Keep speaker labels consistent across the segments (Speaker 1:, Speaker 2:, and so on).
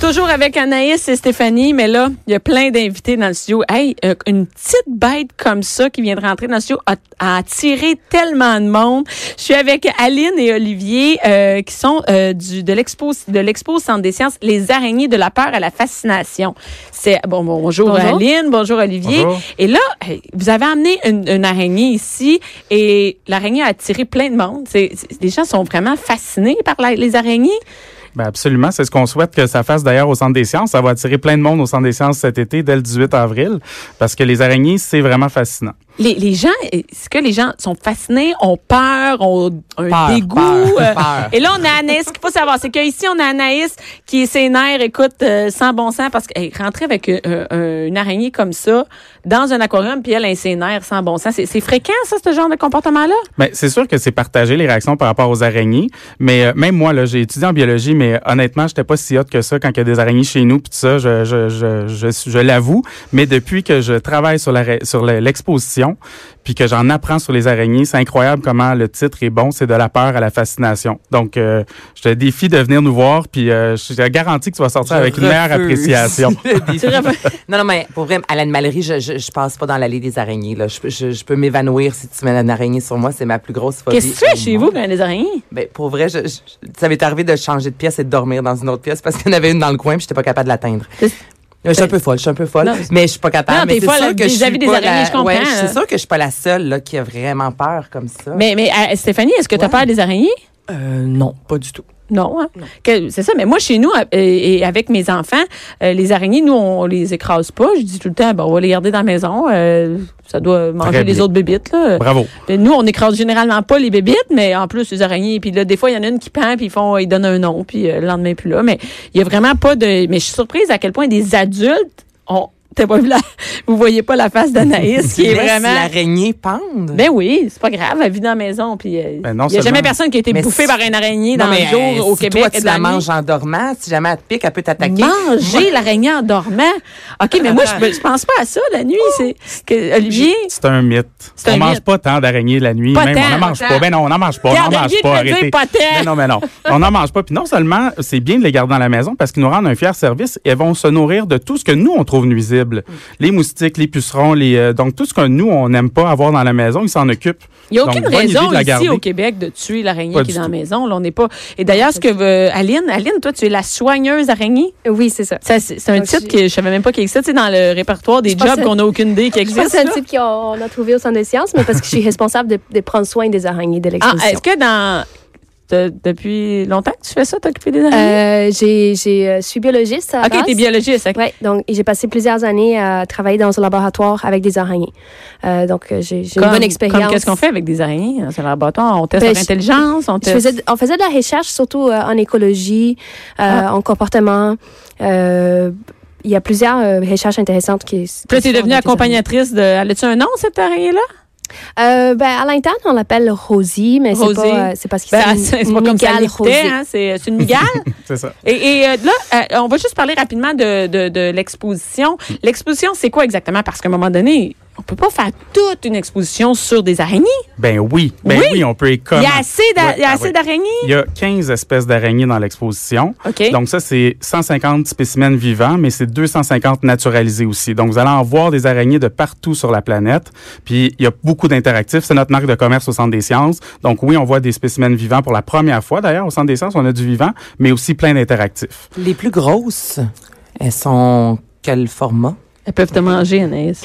Speaker 1: Toujours avec Anaïs et Stéphanie, mais là, il y a plein d'invités dans le studio. Hey, euh, une petite bête comme ça qui vient de rentrer dans le studio a, a attiré tellement de monde. Je suis avec Aline et Olivier euh, qui sont euh, du, de l'expo de l'expo Centre des sciences Les araignées de la peur à la fascination. C'est bon bonjour,
Speaker 2: Bonjour.
Speaker 1: Aline, bonjour Olivier.
Speaker 3: Bonjour.
Speaker 1: Et là, hey, vous avez amené une, une araignée ici et l'araignée a attiré plein de monde. C'est- c'est- les gens sont vraiment fascinés par la- les araignées.
Speaker 3: Ben absolument, c'est ce qu'on souhaite que ça fasse d'ailleurs au Centre des sciences. Ça va attirer plein de monde au Centre des sciences cet été, dès le 18 avril, parce que les araignées, c'est vraiment fascinant.
Speaker 1: Les, les gens, est-ce que les gens sont fascinés, ont peur, ont un
Speaker 2: Peur,
Speaker 1: dégoût?
Speaker 2: peur,
Speaker 1: euh,
Speaker 2: peur.
Speaker 1: Et là, on a Anaïs. Ce qu'il faut savoir, c'est qu'ici, on a Anaïs qui est ses nerfs, écoute, euh, sans bon sens, parce qu'elle rentrait avec euh, euh, une araignée comme ça dans un aquarium, puis elle a ses nerfs sans bon sens. C'est- C'est fréquent, ça, ce genre de comportement-là?
Speaker 3: Ben, c'est sûr que c'est partagé les réactions par rapport aux araignées, mais euh, même moi là, j'ai étudié en biologie, mais euh, honnêtement, j'étais pas si hot que ça quand il y a des araignées chez nous, puis tout ça, je je je je, je l'avoue. Mais depuis que je travaille sur la ra- sur le- l'exposition, puis que j'en apprends sur les araignées, c'est incroyable comment le titre est bon, c'est de la peur à la fascination. Donc, euh, je te défie de venir nous voir, puis euh, je te garantis que tu vas sortir avec une meilleure appréciation.
Speaker 1: Tu rêves-
Speaker 2: non, non, mais pour vrai, à l'animalerie, je, je, je passe pas dans l'allée des araignées. Là. Je, peux- je- je peux m'évanouir si tu mets une araignée sur moi. C'est ma plus grosse phobie.
Speaker 1: Qu'est-ce que tu fais
Speaker 2: au
Speaker 1: chez vous
Speaker 2: monde.
Speaker 1: quand il y a des araignées?
Speaker 2: Ben, pour vrai, je, je- ça m'est arrivé de changer de pièce et de dormir dans une autre pièce parce qu'il y en avait une dans le coin puis j'étais pas capable de l'atteindre. Euh,
Speaker 1: C'est-
Speaker 2: Je suis un peu folle, je suis un peu folle,
Speaker 1: Non,
Speaker 2: mais je suis pas capable.
Speaker 1: Non,
Speaker 2: mais
Speaker 1: t'es
Speaker 2: c'est
Speaker 1: folle
Speaker 2: sûr que je
Speaker 1: vis-à-vis
Speaker 2: suis
Speaker 1: des
Speaker 2: pas
Speaker 1: araignées,
Speaker 2: la-
Speaker 1: je comprends,
Speaker 2: ouais,
Speaker 1: hein.
Speaker 2: c'est sûr que je suis pas la seule là, qui a vraiment peur comme ça.
Speaker 1: Mais, mais euh, Stéphanie, est-ce que tu as
Speaker 2: Ouais.
Speaker 1: peur des araignées?
Speaker 4: Euh, non, pas du tout.
Speaker 1: Non, hein? Que- c'est ça. Mais moi, chez nous, euh, et avec mes enfants, euh, les araignées, nous, on les écrase pas. Je dis tout le temps, bon, on va les garder dans la maison. euh, ça doit manger
Speaker 3: Très
Speaker 1: les
Speaker 3: bien.
Speaker 1: autres bébites. Là.
Speaker 3: Bravo.
Speaker 1: Mais Nous, on écrase généralement pas les bébites, mais en plus, les araignées. Puis là, des fois, il y en a une qui pend, puis ils font, ils donnent un nom, puis euh, le lendemain, plus là. Mais il y a vraiment pas de. Mais je suis surprise à quel point des adultes ont. T'as pas vu la. Vous voyez pas la face d'Anaïs qui est
Speaker 2: Laisse
Speaker 1: vraiment.
Speaker 2: l'araignée pendre.
Speaker 1: Ben oui, c'est pas grave, elle vit dans la maison. Puis euh,
Speaker 3: Ben non
Speaker 1: il y a jamais
Speaker 3: seulement-
Speaker 1: personne qui a été
Speaker 2: Mais
Speaker 1: bouffé
Speaker 2: si-
Speaker 1: par une araignée
Speaker 2: Non,
Speaker 1: dans
Speaker 2: mais,
Speaker 1: le jour
Speaker 2: euh,
Speaker 1: au
Speaker 2: si
Speaker 1: Québec.
Speaker 2: Toi,
Speaker 1: et
Speaker 2: tu
Speaker 1: dans
Speaker 2: la
Speaker 1: la nuit.
Speaker 2: manges en dormant. Si jamais elle te pique, elle peut t'attaquer.
Speaker 1: Manger l'araignée en dormant. OK, mais moi, je, me- je pense pas à ça la nuit.
Speaker 3: Oh.
Speaker 1: C'est que, Olivier,
Speaker 3: C'est un mythe.
Speaker 1: C'est un
Speaker 3: on mange
Speaker 1: mythe.
Speaker 3: pas tant d'araignées la nuit.
Speaker 1: Pas
Speaker 3: même,
Speaker 1: tant,
Speaker 3: on n'en mange
Speaker 1: pas
Speaker 3: pas.
Speaker 1: tant.
Speaker 3: Ben non, on n'en mange pas. On
Speaker 1: Regarde,
Speaker 3: n'en mange
Speaker 1: Olivier
Speaker 3: pas.
Speaker 1: te le dit,
Speaker 3: Arrêtez.
Speaker 1: pas tant.
Speaker 3: Mais non, mais non. On n'en mange pas. Puis non seulement c'est bien de les garder dans la maison parce qu'ils nous rendent un fier service, elles vont se nourrir de tout ce que nous on trouve nuisible. Les moustiques, les pucerons, les euh, donc tout ce que nous on n'aime pas avoir dans la maison, ils s'en occupent.
Speaker 1: il n'y a
Speaker 3: Donc,
Speaker 1: aucune
Speaker 3: bonne idée
Speaker 1: raison
Speaker 3: de la
Speaker 1: ici
Speaker 3: garder.
Speaker 1: au Québec de tuer l'araignée
Speaker 3: Pas
Speaker 1: qui est
Speaker 3: du
Speaker 1: dans la
Speaker 3: tout.
Speaker 1: maison. Là, on n'est pas. Et d'ailleurs, ce que veut Aline, Aline, toi, tu es la soigneuse araignée.
Speaker 5: Oui, c'est ça.
Speaker 1: Ça, c'est c'est un
Speaker 5: Donc,
Speaker 1: titre
Speaker 5: j'ai-
Speaker 1: que je savais même pas qu'il existe. C'est dans le répertoire des
Speaker 5: Je pensais-
Speaker 1: jobs qu'on n'a aucune idée qui
Speaker 5: Je pense que
Speaker 1: existe.
Speaker 5: c'est un
Speaker 1: là.
Speaker 5: type qu'on a trouvé au Centre des sciences, mais parce que je suis responsable de, de prendre soin des araignées de
Speaker 1: Ah,
Speaker 5: l'exposition.
Speaker 1: est-ce que dans de- depuis longtemps que tu fais ça, t'occuper des araignées?
Speaker 5: Euh, j'ai, j'ai, euh, je suis biologiste à la
Speaker 1: OK,
Speaker 5: base.
Speaker 1: t'es biologiste. ok.
Speaker 5: Ouais, donc j'ai passé plusieurs années à travailler dans un laboratoire avec des araignées. Euh, donc euh, j'ai, j'ai
Speaker 1: Comme-
Speaker 5: une bonne expérience.
Speaker 1: Comme qu'est-ce qu'on fait avec des araignées dans un laboratoire? On teste leur
Speaker 5: Ben, je-
Speaker 1: intelligence, on
Speaker 5: Je
Speaker 1: teste...
Speaker 5: faisais de- on faisait de la recherche surtout euh, en écologie, euh,
Speaker 1: Ah.
Speaker 5: en comportement. Euh, il y a plusieurs euh, recherches intéressantes qui.
Speaker 1: Puis là, t'es devenue
Speaker 5: qui sont avec des araignées.
Speaker 1: accompagnatrice de... Elle a-tu un nom, cette araignée-là?
Speaker 5: Euh, ben, à l'interne, on l'appelle Rosie, mais
Speaker 1: Rosie.
Speaker 5: c'est pas, euh, c'est parce qu'il
Speaker 1: Ben,
Speaker 5: s'appelle
Speaker 1: c'est
Speaker 5: une-
Speaker 1: c'est pas
Speaker 5: une
Speaker 1: comme ça
Speaker 5: migale
Speaker 1: l'était,
Speaker 5: rosée.
Speaker 1: hein? c'est c'est une migale.
Speaker 3: C'est ça.
Speaker 1: et et, euh, là, euh, on va juste parler rapidement de, de, de l'exposition. L'exposition, c'est quoi exactement? Parce qu'à un moment donné, on peut pas faire toute une exposition sur des araignées.
Speaker 3: Ben oui. Ben
Speaker 1: Oui.
Speaker 3: oui, on peut y
Speaker 1: Il y
Speaker 3: commencer.
Speaker 1: a assez d'a-
Speaker 3: Ouais,
Speaker 1: il y a
Speaker 3: ah
Speaker 1: assez
Speaker 3: oui.
Speaker 1: d'araignées.
Speaker 3: Il y a 15 espèces d'araignées dans l'exposition.
Speaker 1: OK.
Speaker 3: Donc ça, c'est 150 spécimens vivants, mais c'est 250 naturalisés aussi. Donc vous allez en voir des araignées de partout sur la planète. Puis il y a beaucoup d'interactifs. C'est notre marque de commerce au Centre des sciences. Donc oui, on voit des spécimens vivants pour la première fois. D'ailleurs, au Centre des sciences, on a du vivant, mais aussi plein d'interactifs.
Speaker 2: Les plus grosses, elles sont quel format?
Speaker 1: Elles peuvent te manger, Anaïs.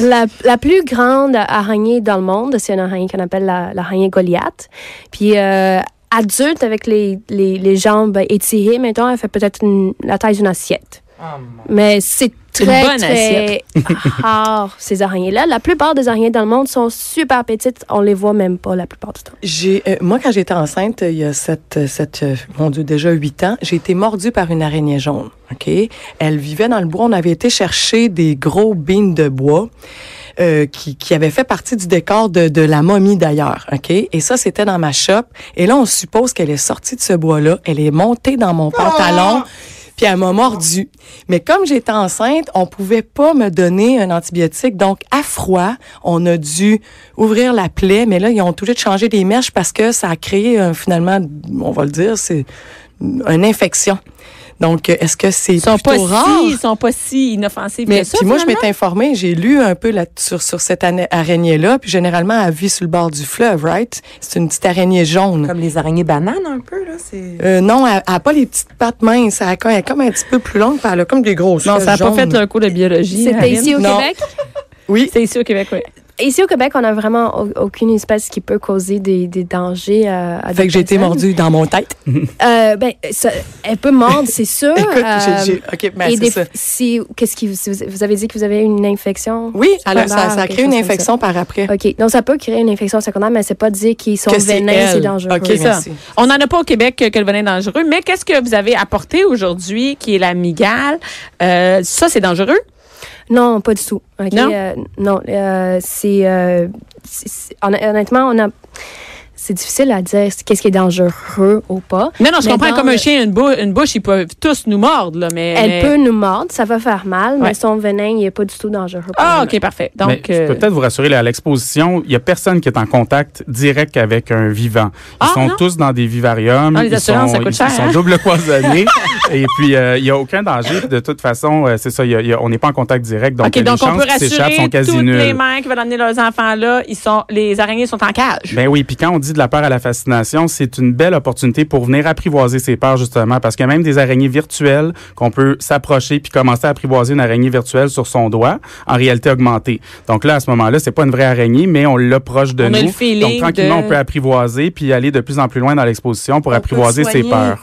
Speaker 5: La, la plus grande araignée dans le monde, c'est une araignée qu'on appelle la- l'araignée Goliath. Puis euh, adulte avec les, les, les jambes étirées, maintenant, elle fait peut-être une- la taille d'une assiette.
Speaker 4: Oh
Speaker 5: Mais c'est
Speaker 1: Une
Speaker 5: très,
Speaker 1: bonne
Speaker 5: très rare, ces araignées-là. La plupart des araignées dans le monde sont super petites. On les voit même pas la plupart du temps.
Speaker 4: J'ai, euh, moi, quand j'étais enceinte, il y a sept, euh, sept, euh, mon Dieu, déjà huit ans, j'ai été mordue par une araignée jaune. Ok, elle vivait dans le bois. On avait été chercher des gros bines de bois euh, qui, qui avaient fait partie du décor de, de la momie d'ailleurs. Ok, et ça c'était dans ma shop. Et là, on suppose qu'elle est sortie de ce bois-là. Elle est montée dans mon pantalon. Puis elle m'a mordu. Mais comme j'étais enceinte, on pouvait pas me donner un antibiotique. Donc, à froid, on a dû ouvrir la plaie. Mais là, ils ont tout de suite changé des mèches parce que ça a créé, euh, finalement, on va le dire, c'est une infection. Donc, euh, est-ce que c'est
Speaker 1: Ils sont
Speaker 4: plutôt
Speaker 1: pas
Speaker 4: rare?
Speaker 1: si, ils sont pas si inoffensifs
Speaker 4: Mais
Speaker 1: que ça.
Speaker 4: puis moi, je
Speaker 1: finalement.
Speaker 4: m'étais informée, j'ai lu un peu là, sur, sur cette ana- araignée-là, puis généralement, elle vit sur le bord du fleuve, right? C'est une petite araignée jaune.
Speaker 2: Comme les araignées bananes, un peu, là. C'est.
Speaker 4: Euh, non, elle n'a pas les petites pattes minces, elle a comme- elle est comme un petit peu plus longue, puis elle a comme des grosses
Speaker 1: Non, ça n'a pas
Speaker 4: jaunes.
Speaker 1: fait leur cours de biologie.
Speaker 5: C'était
Speaker 1: Aline.
Speaker 5: ici au
Speaker 4: Non.
Speaker 5: Québec.
Speaker 4: Oui,
Speaker 1: C'était ici au Québec, oui.
Speaker 5: Ici au Québec, on n'a vraiment au- aucune espèce qui peut causer des, des dangers à, à
Speaker 4: fait que j'ai été
Speaker 5: mordue.
Speaker 4: mordue dans mon tête.
Speaker 5: ben, ça- elle peut mordre, c'est sûr.
Speaker 4: Écoute, j'ai-
Speaker 5: Euh,
Speaker 4: j'ai- OK, mais
Speaker 5: et
Speaker 4: Ben, c'est
Speaker 5: des-
Speaker 4: ça.
Speaker 5: si, qu'est-ce qui, si vous, vous avez dit que vous avez une infection.
Speaker 4: Oui, alors
Speaker 5: pas
Speaker 4: ça,
Speaker 5: grave,
Speaker 4: ça
Speaker 5: quelque
Speaker 4: crée une
Speaker 5: chose comme
Speaker 4: infection par après.
Speaker 5: OK. Donc, ça peut créer une infection secondaire, mais c'est pas dire qu'ils sont
Speaker 4: Que c'est
Speaker 5: vénins, c'est
Speaker 4: elle.
Speaker 5: dangereux.
Speaker 4: OK,
Speaker 1: C'est ça.
Speaker 4: merci.
Speaker 1: On n'en a pas au Québec que, que le venin dangereux, mais qu'est-ce que vous avez apporté aujourd'hui qui est la migale? Euh, ça, c'est dangereux?
Speaker 5: Non, pas du tout. OK,
Speaker 1: Non?
Speaker 5: euh, non, euh, c'est, euh, c'est- c'est- honn- Honnêtement, on a. C'est difficile à dire c'est- qu'est-ce qui est dangereux ou pas.
Speaker 1: Non, non, je
Speaker 5: Mais
Speaker 1: comprends.
Speaker 5: dans
Speaker 1: Comme
Speaker 5: le-
Speaker 1: un chien, une, bou- une bouche, ils peuvent tous nous mordre, là, mais...
Speaker 5: Elle
Speaker 1: mais-
Speaker 5: peut nous mordre, ça va faire mal,
Speaker 1: Ouais.
Speaker 5: mais son venin, il n'est pas du tout dangereux.
Speaker 1: Ah, OK, parfait.
Speaker 3: Mais
Speaker 1: Donc,
Speaker 3: je
Speaker 1: euh,
Speaker 3: peux peut-être vous rassurer, là, à l'exposition, il n'y a personne qui est en contact direct avec un vivant. Ils
Speaker 1: Ah,
Speaker 3: sont
Speaker 1: non?
Speaker 3: tous dans des vivariums.
Speaker 1: Ah, les
Speaker 3: ils
Speaker 1: assurances,
Speaker 3: sont,
Speaker 1: ça coûte
Speaker 3: ils-
Speaker 1: cher,
Speaker 3: ils sont
Speaker 1: hein?
Speaker 3: double cloisonnés. et puis, euh, il n'y a aucun danger. De toute façon, euh, c'est ça, il y a- il y a- on n'est pas en contact direct. Donc,
Speaker 1: OK,
Speaker 3: les
Speaker 1: donc on
Speaker 3: chances
Speaker 1: peut
Speaker 3: qu'ils s'échappent
Speaker 1: rassurer
Speaker 3: sont quasi
Speaker 1: toutes les
Speaker 3: nulles.
Speaker 1: mères qui veulent emmener leurs enfants là, ils sont, les araignées sont en cage.
Speaker 3: Ben oui, puis quand on dit de la peur à la fascination, c'est une belle opportunité pour venir apprivoiser ses peurs justement, parce que même des araignées virtuelles qu'on peut s'approcher puis commencer à apprivoiser une araignée virtuelle sur son doigt, en réalité augmentée. Donc là, à ce moment-là, c'est pas une vraie araignée, mais on l'approche de
Speaker 1: On a
Speaker 3: nous.
Speaker 1: le feeling
Speaker 3: Donc tranquillement,
Speaker 1: de-
Speaker 3: on peut apprivoiser puis aller de plus en plus loin dans l'exposition pour
Speaker 2: On peut
Speaker 3: apprivoiser ses
Speaker 2: soigner.
Speaker 3: peurs.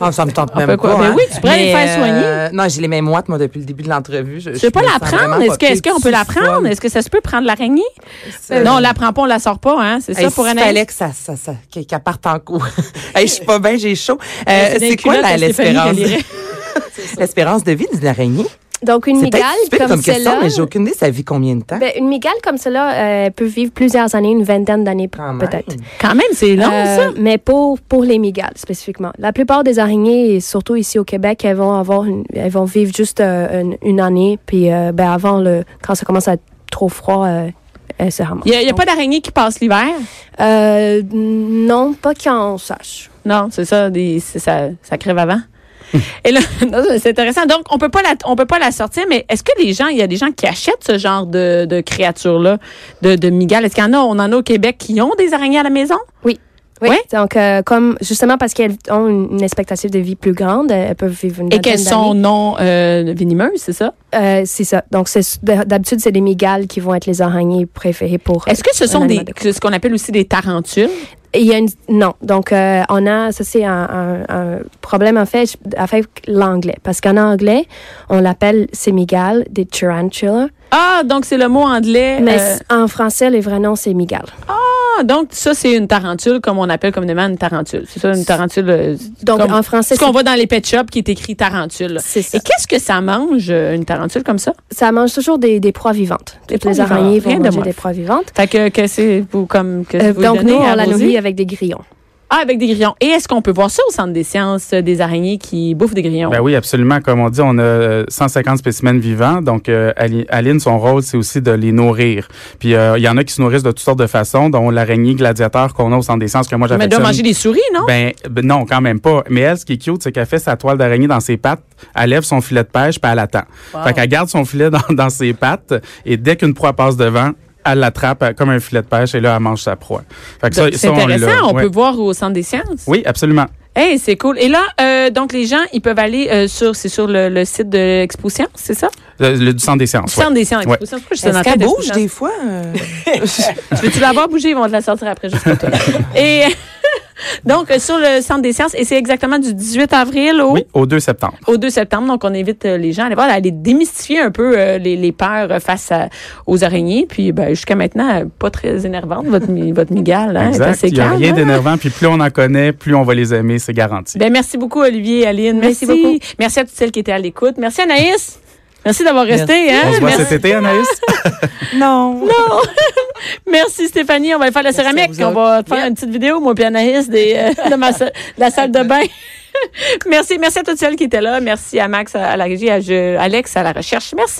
Speaker 2: Ah, ça me tente
Speaker 1: peut
Speaker 2: même
Speaker 1: quoi?
Speaker 2: pas.
Speaker 1: Ben
Speaker 2: hein.
Speaker 1: oui, tu pourrais les
Speaker 2: Mais,
Speaker 1: faire soigner.
Speaker 2: euh, non, j'ai les mêmes moites, moi, depuis le début de l'entrevue. Je,
Speaker 1: Je peux pas l'apprendre. Est-ce que- est-ce qu'on peut l'apprendre? Est-ce que ça se peut prendre l'araignée? Euh, Non, on l'apprend pas, on la sort pas, hein. C'est ça pour
Speaker 2: un
Speaker 1: un
Speaker 2: Euh, fallait que ça, ça, ça, qu'elle qu'elle parte en cours. hey, je suis pas bien, j'ai chaud. Euh, c'est quoi la- l'espérance? L'espérance de vie d'une araignée?
Speaker 5: Donc, une
Speaker 2: C'est peut-être
Speaker 5: migale
Speaker 2: stupide
Speaker 5: comme,
Speaker 2: comme question,
Speaker 5: celle-là.
Speaker 2: mais j'ai aucune idée, ça vit combien de temps?
Speaker 5: ben, une migale comme celle-là euh, peut vivre plusieurs années, une vingtaine d'années
Speaker 2: Quand même.
Speaker 5: peut-être.
Speaker 1: Quand même, c'est long,
Speaker 5: Euh,
Speaker 1: ça.
Speaker 5: Mais pour, pour les migales spécifiquement. La plupart des araignées, et surtout ici au Québec, elles vont, avoir une- elles vont vivre juste euh, une, une année. Puis euh, ben, avant, le, quand ça commence à être trop froid, euh, elles se ramassent.
Speaker 1: Il n'y a,
Speaker 5: Donc,
Speaker 1: pas d'araignée qui passe l'hiver?
Speaker 5: euh, non, pas qu'on sache.
Speaker 1: Non, c'est ça, des, c'est ça, ça crève avant. Et là, non, c'est intéressant. Donc, on peut pas la, on peut pas la sortir, mais est-ce que les gens, il y a des gens qui achètent ce genre de, de créatures-là, de, de migales? Est-ce qu'il y en a, on en a au Québec qui ont des araignées à la maison?
Speaker 5: Oui.
Speaker 1: Ouais.
Speaker 5: Donc, euh, comme justement parce qu'elles ont une, une expectative de vie plus grande, elles peuvent vivre une
Speaker 1: Et
Speaker 5: vingtaine
Speaker 1: qu'elles sont
Speaker 5: d'années.
Speaker 1: non euh, venimeuses, c'est ça?
Speaker 5: Euh, c'est ça. Donc, c'est- d'habitude, c'est les migales qui vont être les araignées préférées pour. euh,
Speaker 1: Est-ce que ce sont
Speaker 5: Un
Speaker 1: des,
Speaker 5: animal de
Speaker 1: ce qu'on appelle aussi des tarentules?
Speaker 5: Il y a une- non. Donc, euh, on a, ça c'est un, un- un problème en fait je- avec l'anglais. Parce qu'en anglais, on l'appelle sémigale, des tarantulas.
Speaker 1: Ah, donc c'est le mot anglais.
Speaker 5: Mais
Speaker 1: euh,
Speaker 5: en français, les vrais noms, c'est migale.
Speaker 1: ah, donc ça, c'est une tarentule, comme on appelle communément une tarentule. C'est ça, une tarentule. euh,
Speaker 5: Donc,
Speaker 1: Comme-
Speaker 5: en français,
Speaker 1: ce
Speaker 5: c'est
Speaker 1: qu'on voit dans les pet shops qui est écrit tarentule.
Speaker 5: c'est ça.
Speaker 1: Et qu'est-ce que ça mange, euh, une tarentule comme ça?
Speaker 5: Ça mange toujours des, des proies vivantes.
Speaker 1: Des
Speaker 5: Toutes
Speaker 1: proies
Speaker 5: les araignées
Speaker 1: vivantes. Rien
Speaker 5: vont
Speaker 1: de
Speaker 5: manger
Speaker 1: moins.
Speaker 5: des proies vivantes.
Speaker 1: Fait que, que c'est vous comme que
Speaker 5: Euh,
Speaker 1: vous
Speaker 5: donc,
Speaker 1: donnez
Speaker 5: nous,
Speaker 1: à
Speaker 5: on la
Speaker 1: Rosie?
Speaker 5: nourrit avec des grillons.
Speaker 1: Ah, avec des grillons. Et est-ce qu'on peut voir ça au centre des sciences euh, des araignées qui bouffent des grillons
Speaker 3: Ben oui, absolument. Comme on dit, on a euh, 150 spécimens vivants. Donc, euh, Ali- Aline, son rôle, c'est aussi de les nourrir. Puis, euh, il y en a qui se nourrissent de toutes sortes de façons, dont l'araignée gladiateur qu'on a au centre des sciences que moi,
Speaker 1: Mais elle doit
Speaker 3: j'affectionne
Speaker 1: manger des souris, non
Speaker 3: Ben, ben non, quand même pas. Mais elle, ce qui est cute, c'est qu'elle fait sa toile d'araignée dans ses pattes, elle lève son filet de pêche, puis elle attend.
Speaker 1: Wow.
Speaker 3: Fait qu'elle garde son filet dans, dans ses pattes, et dès qu'une proie passe devant, elle l'attrape euh, comme un filet de pêche, et là, elle mange sa proie. Fait que ça,
Speaker 1: Donc, Ben, C'est
Speaker 3: ça, on l'a,
Speaker 1: intéressant, on,
Speaker 3: ouais.
Speaker 1: peut voir au centre des sciences.
Speaker 3: Oui, absolument.
Speaker 1: Hey, c'est cool. Et là, euh, donc les gens, ils peuvent aller euh, sur, c'est sur le, le site de l'exposition, c'est ça
Speaker 3: Le, le- du centre des
Speaker 1: Du
Speaker 3: sciences, ouais.
Speaker 1: centre des sciences.
Speaker 3: Ouais.
Speaker 1: Exposition. Pourquoi je suis dans
Speaker 2: Est-ce
Speaker 1: la
Speaker 2: qu'elle
Speaker 1: tête
Speaker 2: bouge
Speaker 1: d'exposition?
Speaker 2: des fois? euh?
Speaker 1: Tu Veux-tu la voir bouger Ils vont te la sortir après juste pour toi. Et donc euh, sur le centre des sciences, et c'est exactement du 18 avril au
Speaker 3: Oui, au 2 septembre.
Speaker 1: au 2 septembre. Donc, on invite euh, les gens à aller voir, à aller démystifier un peu euh, les, les peurs euh, face à- aux araignées. Puis, ben, jusqu'à maintenant, euh, pas très énervante, votre, mi- votre migale. Hein, est
Speaker 3: Exact.
Speaker 1: assez
Speaker 3: Il n'y a
Speaker 1: calme.
Speaker 3: rien
Speaker 1: hein.
Speaker 3: d'énervant. Puis plus on en connaît, plus on va les aimer, c'est garanti.
Speaker 1: Ben, merci beaucoup, Olivier et Aline.
Speaker 5: Merci beaucoup.
Speaker 1: Merci à toutes celles qui étaient à l'écoute. Merci, Anaïs. Merci d'avoir resté. Hein?
Speaker 3: On se voit
Speaker 1: Merci.
Speaker 3: cet été, Anaïs.
Speaker 2: non.
Speaker 1: Merci, Stéphanie. On va aller faire de la
Speaker 4: Merci à
Speaker 1: céramique.
Speaker 4: vous
Speaker 1: On va te faire une petite vidéo, moi, puis Anaïs, des, euh, de, ma sa- de la salle de bain. merci. Merci à toutes celles qui étaient là. Merci à Max à la régie, à Je- Alex à la recherche. Merci.